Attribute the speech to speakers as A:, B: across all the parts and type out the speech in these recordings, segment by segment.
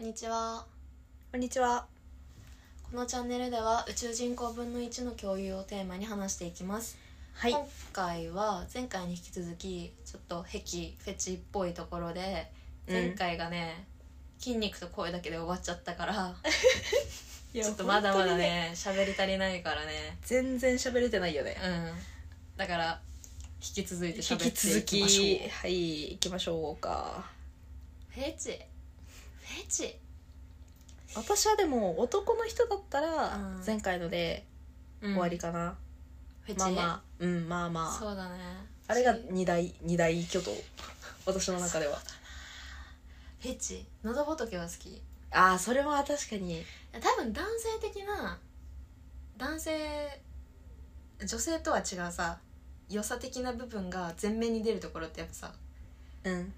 A: にちは
B: こんにちは。
A: このチャンネルでは宇宙人口分の1の共有をテーマに話していきます、
B: はい。
A: 今回は前回に引き続きちょっと癖フェチっぽいところで
B: うん
A: 前回がね、筋肉と声だけで終わっちゃったからちょっとま
B: 本当
A: だ
B: に
A: まだ。ね喋、り足りないからね
B: 全然喋れてないよね。
A: うんだから引き続いて
B: 引
A: 喋
B: き
A: って
B: 続
A: い
B: き
A: きましょう
B: はい行きましょうか。
A: フェチフェチ
B: 私はでも男の人だったら
A: うん
B: 前回ので終わりかな。
A: フェチ、
B: まあまあうんまあまあ。
A: そうだね
B: あれが二大二大巨頭。 私の中では。
A: フェチ喉仏は好き
B: ああそれは確かに。
A: 多分男性的な男性女性とは違うさ良さ的な部分が前面に出るところってやっぱさ
B: うん。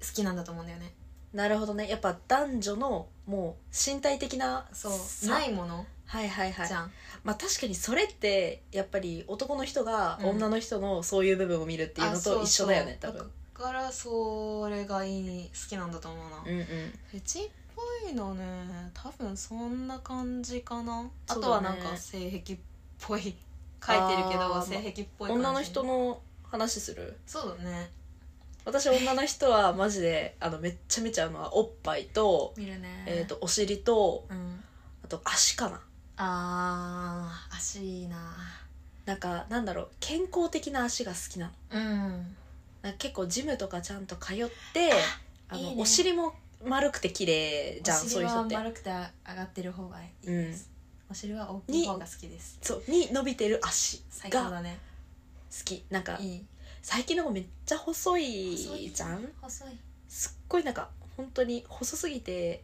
A: 好きなんだと思うんだよね
B: なるほどね。やっぱ男女のもう身体的な
A: そう
B: な。
A: ないいもの
B: はいはいはい
A: じ。ゃん、
B: まあ確かにそれってやっぱり男の人が
A: うん
B: 女の人のそういう部分を見るっていうのと一緒だよね、
A: あそう
B: 多
A: そう
B: 分
A: だからそれがいい好きなんだと思うな、
B: うんうん
A: フェチっぽいのね多分そんな感じかな、あ
B: そう
A: と
B: だ
A: は
B: ね
A: なんか性癖っぽい書いてるけど
B: あー
A: 性癖っぽい感じ
B: 女の人の話する
A: そうだね
B: 私女の人はマジであのめっちゃめちゃあのおっぱいと,、
A: 見るね
B: えー、とお尻と
A: うん
B: あと足かな
A: あー足いいな
B: なんかなんだろう健康的な足が好きなの
A: うん
B: なんか結構ジムとかちゃんと通ってあの
A: いいね
B: お尻も丸くて綺麗じゃん
A: お
B: そう
A: 尻
B: いう人
A: は
B: って
A: 丸くて上がってる方がいいです、お尻は大きい方が好きです
B: そうに伸びてる足
A: 最高
B: が
A: だね
B: 好きなんか
A: いい
B: 最近の子めっちゃ細
A: 細
B: い
A: い
B: じゃん
A: 細い
B: すっごいなんか本当に細すぎて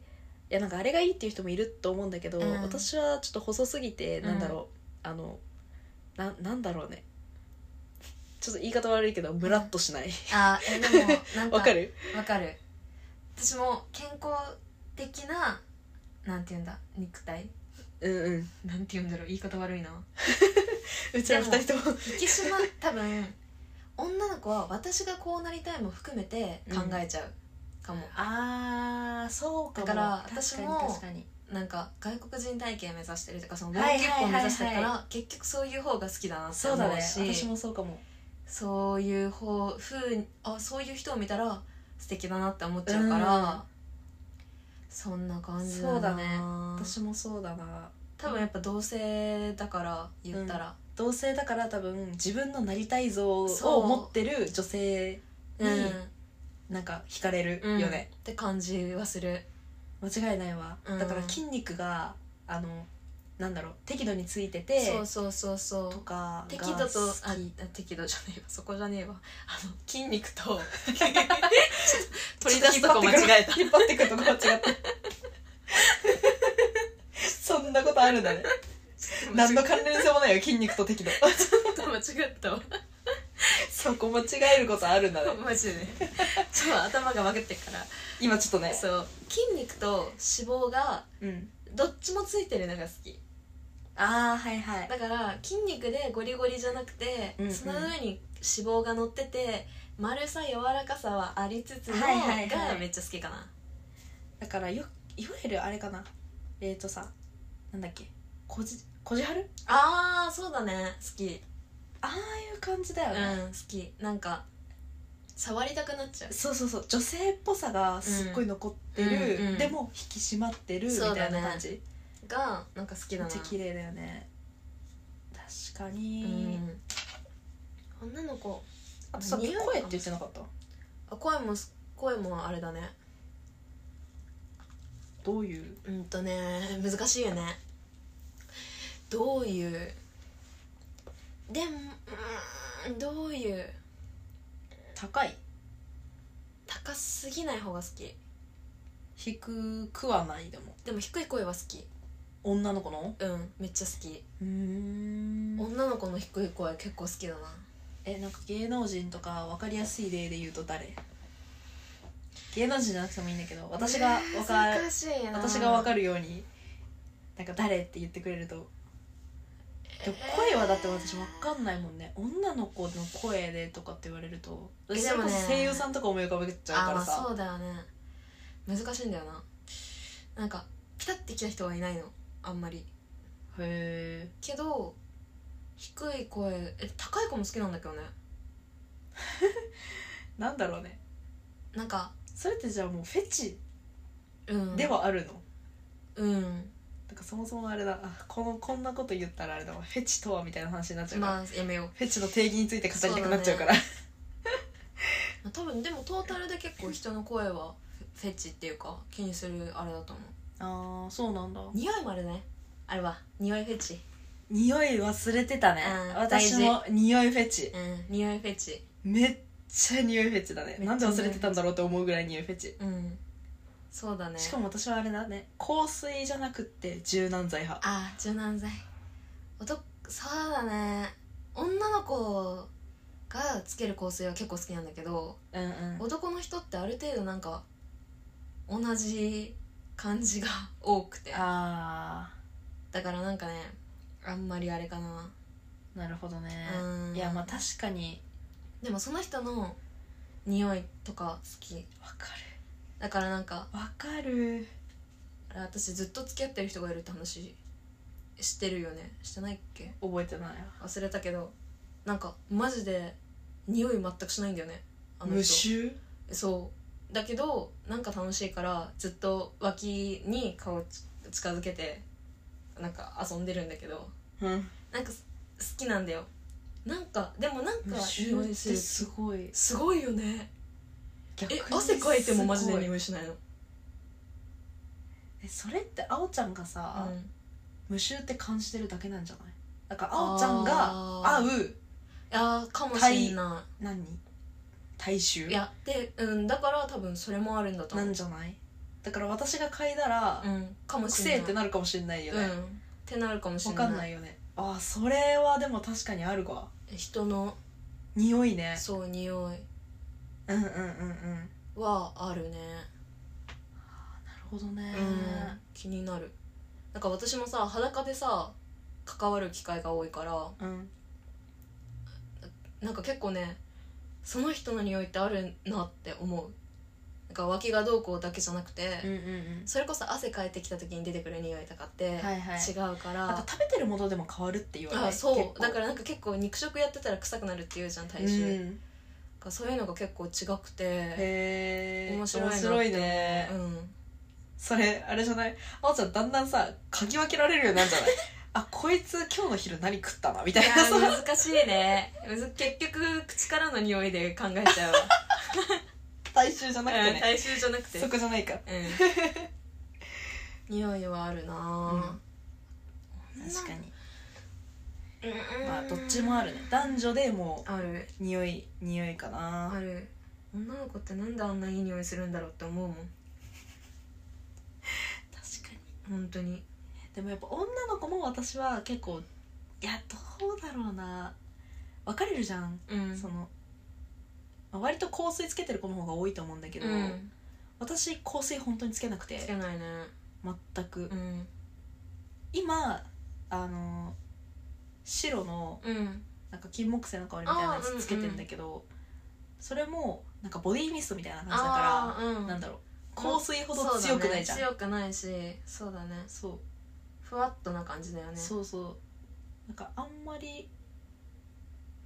B: いやなんかあれがいいっていう人もいると思うんだけど、
A: うん
B: 私はちょっと細すぎて
A: うん
B: なんだろう、あのななんだろうねちょっと言い方悪いけどムラっとしない
A: あーえでもなんか
B: わかる
A: わかる私も健康的ななんて言うんだ肉体
B: うんうん
A: なんて言うんだろう言い方悪いな
B: うちら二人とも
A: 引き締ま多分女の子は私がこうなりたいも含めて考えちゃうかも、
B: ああそう
A: かも
B: だから
A: 確かに
B: 私も
A: 確か
B: に
A: なんか外国人体型目指してるとかその
B: は
A: 合
B: い
A: 結
B: は
A: 婚
B: い
A: 目
B: はいはい
A: 指してるから、結局そういう方が好きだなって
B: そう
A: 思
B: だ
A: う
B: ね
A: し
B: 私もそうかも
A: そういう方風にあそういう人を見たら素敵だなって思っちゃうから、
B: うん
A: そんな感じだな
B: そうだね私もそうだな
A: 多分やっぱ同性だから言ったら、
B: 同性だから多分自分のなりたい像
A: そ
B: を
A: う
B: 持ってる女性に
A: うん
B: なんか惹かれる
A: うん
B: よね、
A: って感じはする
B: 間違いないわ、
A: うん
B: だから筋肉があのなんだろう適度についてて
A: そうそうそうそ
B: と
A: う
B: かが
A: 適度と
B: 好
A: あ
B: き
A: あ適度じゃねえわそこじゃねえわあの筋肉 と ちょっと取り出すとこ間違えた
B: 引っ張ってくるとこ間違った そんなことあるん だね何の関連性もないよ筋肉と適度
A: ちょっと間違ったわ
B: そこ間違えることあるんだね
A: マジでねちょっと頭が分かってるから
B: 今ちょっとね
A: そう筋肉と脂肪が
B: うん
A: どっちもついてるのが好き
B: ああはいは
A: だから筋肉でゴリゴリじゃなくて、
B: うんうん
A: その上に脂肪が乗ってて丸さ柔らかさはありつつの
B: はいはいはい
A: がめっちゃ好きかな、
B: だからよいわゆるあれかなえっ、とさなんだっけこじこじはる
A: ああそうだね好き
B: ああいう感じだよね、
A: うん好きなんか触りたくなっちゃう
B: そうそうそう女性っぽさがすっごい残ってる、
A: うんうんうん
B: でも引き締まってるみ
A: そう
B: た
A: だ
B: い
A: ね
B: な感じ、
A: がなんか好き
B: め
A: だ
B: っ
A: な
B: ちゃ綺麗だよね確か
A: う
B: に、
A: ん女の子
B: あとさっき
A: 匂いかな
B: 声って言ってなかった
A: あ声もす声もあれだね
B: どういう
A: うんとね難しいよねどういうでもうーんどういう
B: 高い
A: 高すぎない方が好き
B: 低くはないでも
A: でも低い声は好き
B: 女の子の
A: うんめっちゃ好き、
B: うーん
A: 女の子の低い声結構好きだな
B: えなんか芸能人とか分かりやすい例で言うと誰芸能人じゃなくてもいいんだけど私が分か
A: 難しいな
B: 私が分
A: る
B: かるようになんか誰って言ってくれるとでも声はだって私分かんないもんね女の子の声でとかって言われると
A: え
B: 私それこそ
A: でもね
B: 声優さんとか思い浮かべちゃう
A: あ
B: か
A: ま
B: ら
A: あ
B: さ
A: そうだよね難しいんだよななんかピタッてきた人はいないのあんまり
B: へ
A: けど低い声え高い子も好きなんだけどね
B: えんだろうね
A: なんか
B: それってじゃあもうフェチ
A: うん
B: ではあるの、
A: うん
B: なんかそもそもあれだあこのこんなこと言ったらあれだわフェチとはみたいな話になっちゃうから、
A: まあやめよ
B: フェチの定義について語りたくなっちゃうから
A: う多分でもトータルで結構人の声はフェフェチっていうか気にするあれだと思う
B: ああそうなんだ
A: 匂いもあるねあれは匂いフェチ
B: 匂い忘れてたね、
A: うん
B: 私も匂いフェチ
A: うん匂いフェチ
B: めっちゃ匂いフェチだね
A: めっちゃ
B: なんで忘れてたんだろうって思うぐらい匂いフェチ、
A: うんそうだね
B: しかも私はあれだね香水じゃなくって柔軟剤派
A: ああ柔軟剤男そうだね女の子がつける香水は結構好きなんだけど
B: うんうん
A: 男の人ってある程度なんか同じ感じが多くて
B: あ
A: だからなんかねあんまりあれかな、
B: ーなるほどね
A: うん
B: いやまあ確かに
A: でもその人の匂いとか好き
B: わか
A: だからなんか
B: るわかる
A: あれ私ずっと付き合ってる人がいるって話してるよねしてないっけ
B: 覚えてない
A: 忘れたけどなんかマジで匂い全くしないんだよねあの
B: 無
A: 人
B: 臭
A: そうだけどなんか楽しいからずっと脇に顔をつ近づけてなんか遊んでるんだけど
B: うん
A: なんかす好きなんだよなんかでもなんか
B: 無臭
A: 匂
B: っ
A: い
B: て
A: する
B: すごい
A: すごいよね
B: 逆
A: え汗かいてもマジで
B: い
A: 匂いしないの
B: えそれってあおちゃんがさ、
A: うん
B: 無臭って感じてるだけなんじゃないだからあおちゃんが合
A: あ
B: う
A: いやーかもしんな
B: 何大臭
A: いいやでうんだから多分それもあるんだと
B: な
A: 思
B: ん
A: う
B: じゃないだから私が嗅いだら、
A: うんかもしんな
B: 癖
A: い
B: ってなるかもしれないよ
A: うんっ
B: ね、
A: てなるかもし
B: わ
A: ん
B: か
A: ない
B: んないよねあーそれはでも確かにあるわ
A: 人の
B: 匂いね
A: そう匂い
B: うんうんうんうん
A: はあるね
B: なるほどね
A: うん気になるなんか私もさ裸でさ関わる機会が多いから
B: うん、
A: なんか結構ねその人の匂いってあるなって思うなんか脇がどうこうだけじゃなくて、
B: うんうんうん
A: それこそ汗かいてきた時に出てくる匂いとかって
B: はいはい
A: 違うから、
B: なんか食べてるものでも変わるって言わない
A: あそうだからなんか結構肉食やってたら臭くなるっていうじゃん体臭、
B: う
A: なん
B: ん、
A: かそういうのが結構違くて
B: へえ
A: 面
B: 面
A: 白いなって
B: 白いね、
A: うん
B: それあれじゃないあおちゃんだんだんさ嗅ぎ分けられるようになるんじゃない あこいつ今日の昼何食ったなみた
A: い
B: い
A: や
B: なさ
A: ー難しいねむず結局口からの匂いで考えちゃう わ
B: 大衆じゃ
A: うん
B: なくてね、
A: 体臭じゃなくて
B: そこじゃないか
A: うん匂いはあるなぁ、
B: 確かに
A: うん
B: まあどっちもあるね男女でも
A: ある
B: う匂い匂いかな
A: ある女の子ってなんであんないい匂いするんだろうって思うもん
B: 確かに
A: 本当に
B: でもやっぱ女の子も私は結構いやどうだろうな分かれるじゃん、
A: うん
B: そのまあ割と香水つけてる子の方が多いと思うんだけど、
A: うん
B: 私香水本当につけなく
A: つ
B: て
A: けないね
B: 全く、
A: うん
B: 今あの白の
A: うん
B: なんか金木犀の香りみたいなや
A: あーうん
B: つつけてんだけど、それもなんかボディミストみたいな感じだ
A: あ
B: か
A: あーう
B: ら、
A: ん
B: なんだろう香水ほど強くないじゃん
A: そうだね、強くないしそうだね
B: そう,、
A: ふわっとな感じだよね
B: そうそうなんかあんまり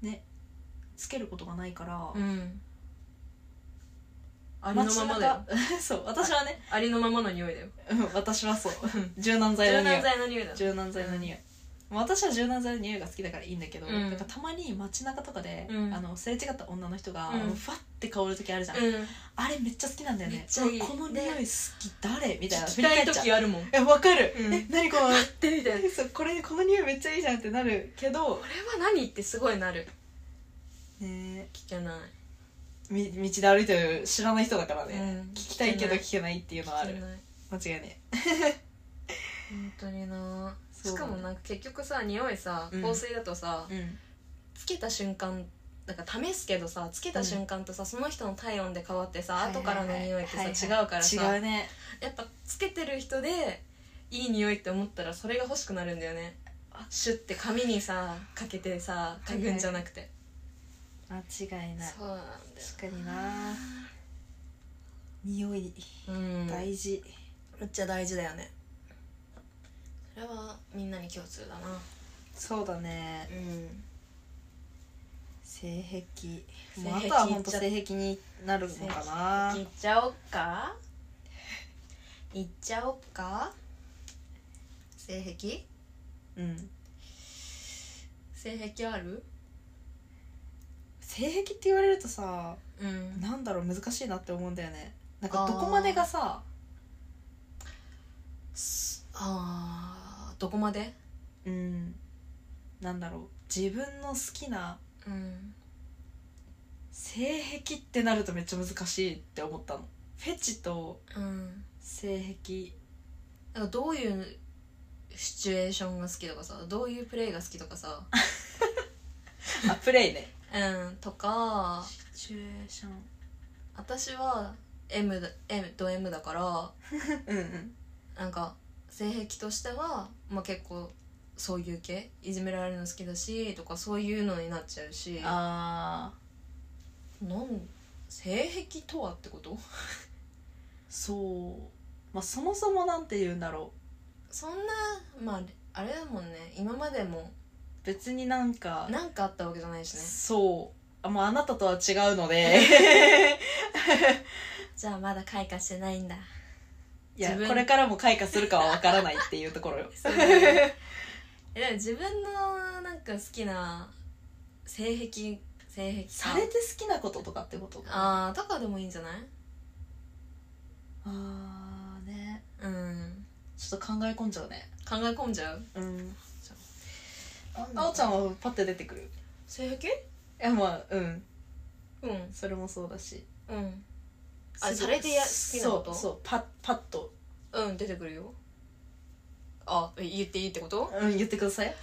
B: ねつけることがないから、
A: うんありの
B: 街
A: ま
B: 中
A: まだよ
B: そう私はね、
A: ありのままの匂いだよ
B: うん私はそう
A: うん
B: 柔軟剤の
A: 柔
B: 匂
A: 軟
B: い
A: 剤の匂いだ
B: 柔軟剤の匂い、まあ私は柔軟剤の匂いが好きだからいいんだけど、
A: うん
B: なんかたまに街中とかで、
A: うん
B: あのすれ違った女の人が、
A: うん
B: あのふわって香る時あるじゃん、
A: うん
B: あれめっちゃ好きなんだよ
A: めっ
B: ね
A: ちゃいい
B: わこの匂い好き誰みたいな
A: 聞きたい
B: っちゃう
A: 時あるもん
B: えわかる、
A: うん
B: え何この
A: ってみたいなこ
B: え そうこれこの匂いめっちゃいいじゃんってなるけ
A: れ
B: ど
A: は何ってすごいなる
B: ね
A: 聞けない
B: み道で歩いてる知らない人だからね、
A: うん
B: 聞きたいけ
A: 聞け
B: ど
A: ない
B: 聞けないっていうのはあ
A: 聞け
B: る
A: ない
B: 間違いね
A: 本当にな
B: そう
A: しかもなんか結局さ匂いさ
B: うん
A: 香水だとさ、
B: うん
A: つけた瞬間なんか試すけどさつけた瞬間とさ、その人の体温で変わってさ、後からの匂いってさ、違うからさ、
B: 違うね
A: やっぱつけてる人でいい匂いって思ったらそれが欲しくなるんだよね
B: あ
A: シュッて髪にさかけてさ
B: いは
A: 嗅
B: い
A: ぐんじゃなくて、
B: 間違いない
A: そうなんだよ
B: 確かにな匂い
A: うん
B: 大事、
A: あめっちゃ大事だよねそれはみんなに共通だな
B: そうだね
A: うん
B: 性癖
A: 性癖
B: もうあとは本当性癖になるのかない
A: っちゃおっかいっちゃおっか性癖
B: うん
A: 性癖ある
B: 性癖って言われるとさ
A: うん
B: なんだろう難しいなって思うんだよねなんか
A: あー
B: どこまでがさ
A: すあーどこまで
B: うんなんだろう自分の好きな
A: うん
B: 性癖ってなるとめっちゃ難しいって思ったのフェチと
A: うん
B: 性癖
A: なんかどういうシチュエーションが好きとかさどういうプレイが好きとかさ
B: あプレイね
A: うんとか
B: シチュエーション
A: 私は M, だ M と M だから
B: うんうん
A: なんか性癖としては、まあ、結構そういう系いじめられるの好きだしとかそういうのになっちゃうしなん
B: ああ
A: 性癖とはってこと
B: そうまあそもそもなんて言うんだろ
A: そんなまああれだもんね今までも
B: う別になんか
A: 何かあったわけじゃないしね
B: そうあもうあなたとは違うの で
A: じゃあまだ開花してないんだ
B: いや
A: 自分
B: これからも開花するかはわからないっていうところ よ
A: そうねえでも自分のなんか好きな性癖性癖か
B: されて好きなこととかってこと
A: ああとかでもいいんじゃない
B: あーね
A: うん
B: ちょっと考え込んじゃうね
A: 考え込んじゃう
B: うん
A: あ
B: あおちゃんはパッて出てくる
A: 性癖
B: いやまあうん
A: うん
B: それもそうだし
A: うんあ
B: す
A: さ
B: ぐ
A: れてや好きなこと
B: そうそうパッパッと、
A: うん出てくるよあえ言っていいってこと
B: うん、言ってください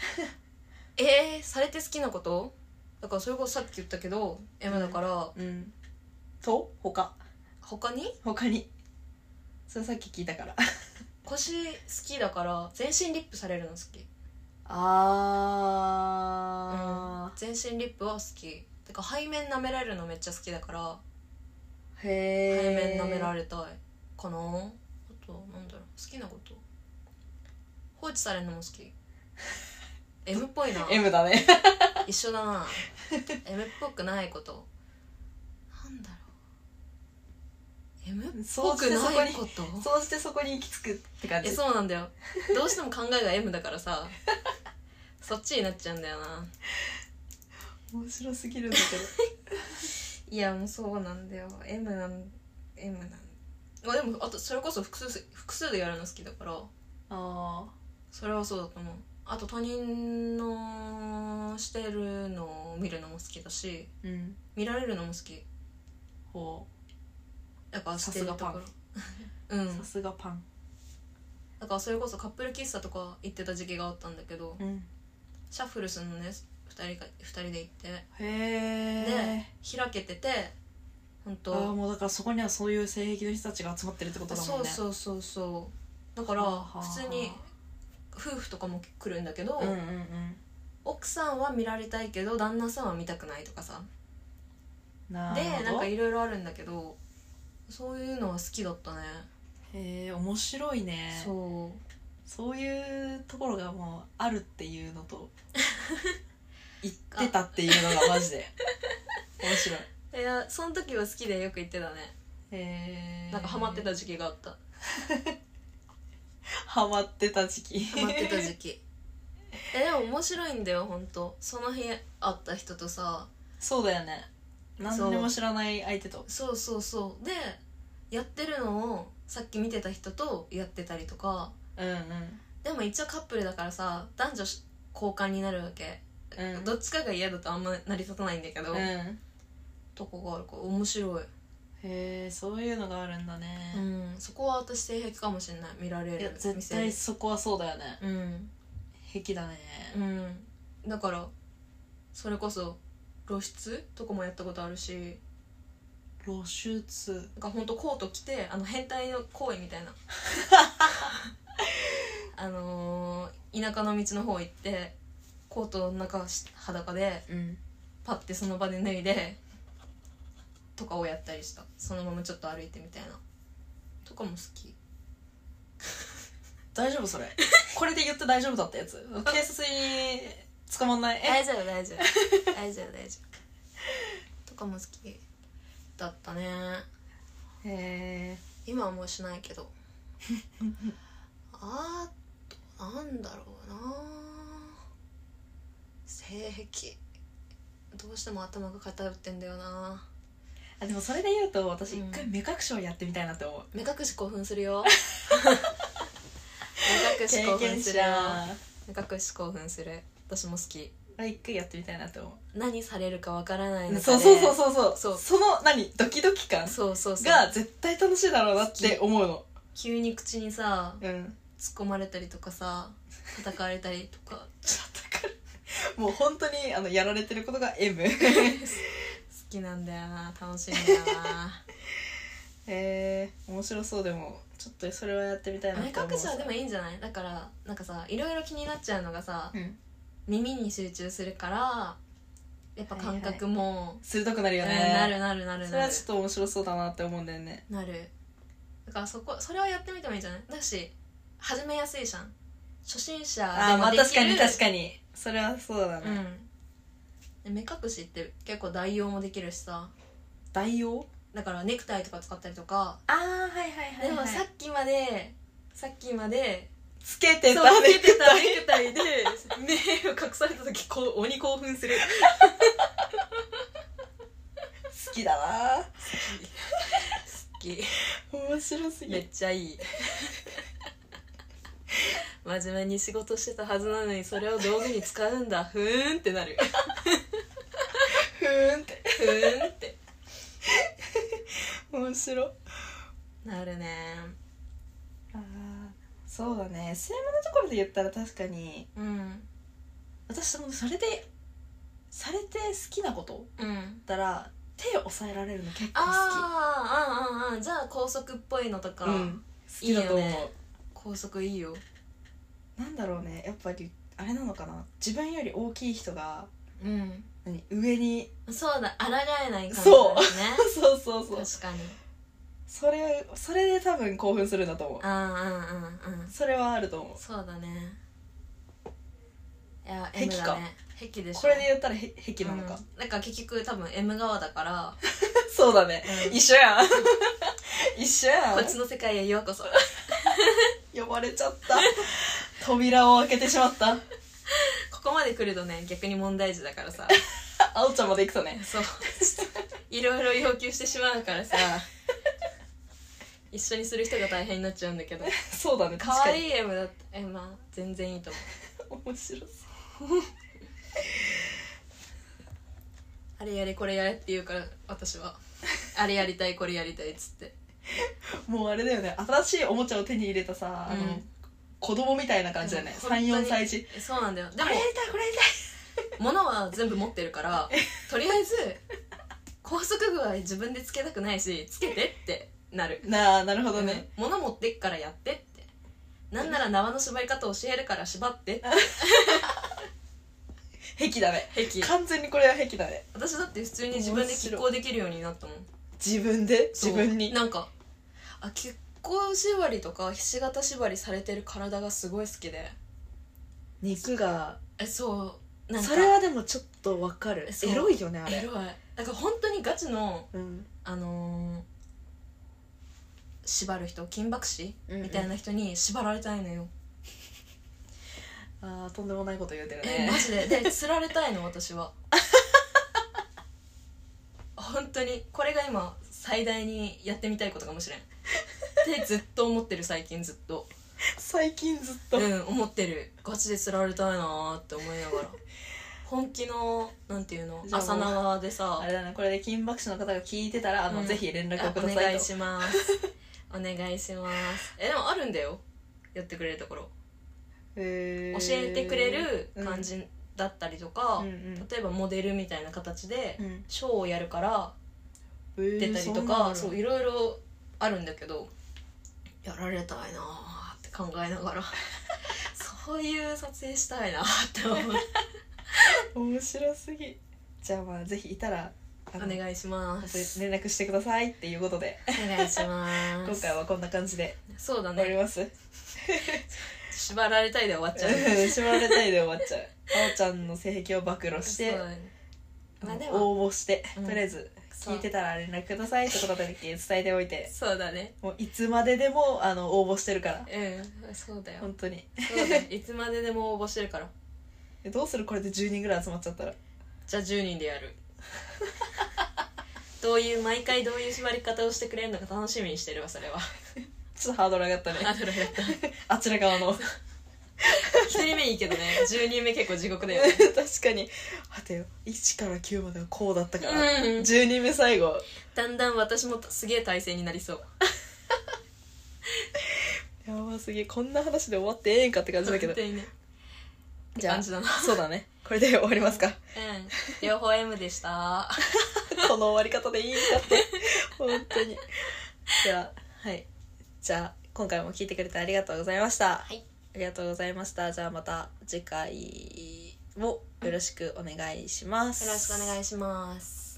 A: えー、されて好きなことだからそれこそさっき言ったけど M だから
B: うんと他
A: 他に
B: 他にそれさっき聞いたから
A: 腰好きだから全身リップされるの好き
B: あ
A: 全身リップは好きだから背面舐められるのめっちゃ好きだから
B: ー、
A: 背
B: へえ
A: 面舐められたいかなあとなんだろう好きなこと放置されるのも好き M っぽいな
B: M だね
A: 一緒だな M っぽくないことなんだろう M っぽくないこと
B: そうしてそこに行き着くって感
A: え
B: じ
A: そうなんだよどうしても考えが M だからさそっちになっちゃうんだよな
B: 面白すぎるんだけど
A: いやもうそうなんだよ M なん M なんあでもあとそれこそ複数複数でやるの好きだから
B: あ
A: それはそうだと思うあと他人のしてるのを見るのも好きだし
B: あうん
A: 見られるのも好き
B: ほ
A: だからしてるところ
B: さ
A: う
B: うんさすがパン
A: だからそれこそカップル喫茶とか行ってた時期があったんだけど
B: うん
A: シャッフルするのね2人が二人で行って
B: へえ
A: 開けてて本
B: あー
A: 当
B: もうだからそこにはそういう性癖の人たちが集まってるってことだもん
A: そう
B: ねう
A: そうそうそうだから
B: はあはあはあ
A: 普通に夫婦とかも来るんだけど、
B: んうんうん
A: 奥さんは見られたいけど旦那さんは見たくないとかさ
B: な
A: で
B: るほど
A: なんかいろいろあるんだけどそういうのは好きだったね、
B: へえ面白いねそう
A: そ
B: いうところがもうあるっていうの と言ってたっていうのが マジで面白いう
A: いやその時は好きでよく行ってたね
B: へえ
A: なんか ハマってた時期があった
B: ハマってた時期
A: ハマってた時期 えでも面白いんだよ本当その日会った人とさ
B: そうだよね何にも知らない相手と
A: そうそうそうでやってるのをさっき見てた人とやってたりとか
B: うんうん
A: でも一応カップルだからさ男女し交換になるわけ、
B: うん
A: どっちかが嫌だとあんま成り立たないんだけど、
B: うんへ
A: とこがあるから面白い、
B: えそういうのがあるんだね、
A: うん、そこは私性癖かもしれない見られる
B: いや
A: 見
B: 絶
A: せる
B: 対そこはそうだよね
A: うん、
B: 癖だね、
A: うん、だからそれこそ露出とかもやったことあるし
B: 露出
A: なんか本当コート着てあの変態の行為みた いなあのー田舎の道の方行ってコートの中し裸で
B: うん
A: パッてその場で脱いでとかをやったりしたそのままちょっと歩いてみたいなとかも好き
B: 大丈夫それ これで言って大丈夫だった やつ警察に捕まんないえ
A: 大丈夫大 丈夫大丈夫大丈夫とかも好きだったね
B: へ
A: 今はもうしないけど あとなんだろうな性癖どうしても頭が偏ってんだよな
B: あでもそれで言うと私一
A: うん
B: 回目隠しをやってみたいなって思う、
A: 目隠し興奮する よ目隠し興
B: 経
A: 奮
B: 験
A: す
B: 者
A: るよ目隠し興奮する私も好き
B: あ一回やってみたいなって思
A: 何されるかわからないう中で
B: そうそうそうそうそう
A: そう
B: その何ドキドキ感
A: そうそうそう
B: が絶対楽しいだろうなって思うの
A: 急に口にさ
B: うん
A: 突っ込まれたりとかさ叩かれたりとか
B: ちょっとわかるもう本当にあのやられてることが M
A: 好きなんだよな楽しいんだよ な
B: えー、面白そうでもちょっとそれはやってみたいな
A: 目
B: って思う
A: 隠しはでもいいんじゃないだからなんかさいろいろ気になっちゃうのがさ
B: うん
A: 耳に集中するからやっぱ感覚も、
B: 鋭くなるよね、
A: うんなるなるなる
B: それ
A: な
B: は
A: る
B: ちょっと面白そうだなって思うんだよね
A: なるだからそこそれはやってみてもいいんじゃないだし始めやすいじゃん初心者
B: ああ
A: で
B: ま
A: もでき
B: あ
A: る
B: 確かに確かにそれはそうだ
A: う
B: ね、
A: んで目隠しって結構代用もできるしさ
B: 代用
A: だからネクタイとか使ったりとか
B: ああはいはい
A: でもさっきまでさっきまで
B: つけて
A: そ
B: た
A: うつ
B: ね
A: けてたネクタイで目を隠された時こう鬼興奮する
B: 好きだな
A: 好き
B: 面白すぎ
A: め
B: る
A: っちゃ いい真面目に仕事してたはずなのにそれを道具に使うんだふーんってなる
B: ふーんって
A: ふーんって
B: 面白
A: なるね
B: あーそうだね SM のところで言ったら確かに
A: うん
B: 私もそれでされて好きなこと
A: うん
B: だったら手を押さえられるの結構好
A: あーあーあーあーじゃあ高速っぽいのとか、
B: き、うん、好きだと思う
A: いいよね高速いいよ
B: なんだろうねやっぱりあれなのかな自分より大きい人が
A: うん
B: 何上に
A: そうだ抗えない感じですね
B: そうそうそうそ
A: 確
B: う
A: かに
B: それそれで多分興奮するんだと思う
A: ああうんうんうん
B: それはあると思う
A: そうだねいや
B: 壁
A: M
B: か
A: だね壁でしょ
B: これで言ったらへ壁なのか、
A: うん、なんか結局多分 M 側だから、
B: そうだね
A: うん
B: 一緒やん一緒やん
A: こっちの世界へようこそ
B: 呼ばれちゃった扉を開けてしまった
A: ここまで来るとね逆に問題児だ からさ
B: あおちゃんまで行くとね
A: そう いろいろ要求してしまうからさ一緒にする人が大変になっちゃうんだけど
B: そうだね確
A: 可
B: かに
A: 愛い M だったえまあ全然いいと思う
B: 面白そう
A: あれやれこれやれって言うから私はあれやりたいこれやりたいっつっ て
B: もうあれだよね新しいおもちゃを手に入れたさ、あ
A: う
B: の
A: ん
B: 子供みたいな感じだよね
A: うん本当に
B: 34歳児
A: そうなんだよで
B: あ
A: も
B: れやりたいこれやりたい
A: 物は全部持ってるからとりあえず高速具は自分でつけたくないしつけてってなる
B: なあなるほどね、
A: うん物持ってっからやってってなんなら縄の縛り方教えるから縛ってって
B: 癖だね
A: 平気
B: 完全にこれは癖だね
A: 私だって普通に自分で拮抗できるようになったもん
B: 自分で
A: そう
B: 自分に
A: なんかあ拮抗縛りとかひし形縛りされてる体がすごい好きで
B: 肉が
A: えそうなんか
B: それはでもちょっとわかる
A: そう
B: エロいよねあ
A: エ
B: れ
A: ロいなんか本当にガチの
B: うん
A: あのー縛る人金箔師
B: うんうん
A: みたいな人に縛られたいのよ、
B: あーとんでもないこと言うてる
A: え
B: ね
A: マジでで釣られたいの私 は本当にこれが今最大にやってみたいことかもしれんってずっと思ってる最近ずっと
B: 最近ずっと、
A: うん思ってるガチで釣られたいなーって思いながら本気のなんていうの
B: じゃあも
A: 朝
B: う
A: 縄でさ
B: あれだねこれで金箔師の方が聞いてたらあの、
A: うん
B: ぜひ連絡をくだ
A: あお
B: さ
A: 願
B: い
A: い
B: と
A: しますお願いしますえでもあるんだよやってくれるところ
B: へ
A: 教
B: ー
A: えてくれる感じだったりとか、
B: うんうん
A: 例えばモデルみたいな形で
B: うん
A: ショーをやるから
B: 出
A: 出たりとか、そういろいろあるんだけどやられたいなーって考えなが らそういう撮影したいなーって思う
B: 面白すぎじゃあまあぜひいたら
A: お願いします
B: 連絡してくださいっていうことで
A: お願いしま
B: 今
A: す
B: 回はこんな感じで
A: そうだ
B: 終わり
A: ね
B: ます
A: 縛られたいで終わっちゃう
B: 縛られたいで終わっちゃうあおちゃんの性癖を暴露 して
A: そうだねまあでも
B: 応募して、
A: うん
B: とりあえず
A: そう
B: 聞いてたら連絡くださいってことだけ伝えてお いて
A: そうだね
B: もういつまででもあの応募してるから
A: うんそう だよ
B: 本当に
A: そうだよいつまででも応募してるから
B: えどうするこれで10人ぐらい集まっちゃったら
A: じゃあ10人でやる どういう毎回どういう縛り方をしてくれるのか楽しみにしてるわそれは
B: ちょっとハードル上がったね
A: ハードル上がった
B: あちら側 の
A: 1人目いいけどね10人目結構地獄だよね
B: 確かに待てよ1から9まではこうだったから、
A: うん
B: 10人目最後
A: だんだん私もすげえ体勢になりそう
B: やばすぎこんな話で終わってええんかって感じだけど
A: 本当にね
B: じゃあ
A: 感じだな
B: そうだねこれで終わりますか
A: うん両方 M でした
B: この終わり方でいいんだって本当にじゃあはいじゃあ今回も聞いてくれてありがとうございました、
A: はい
B: ありがとうございましたじゃあまた次回もよろしくお願いします、
A: よろしくお願いします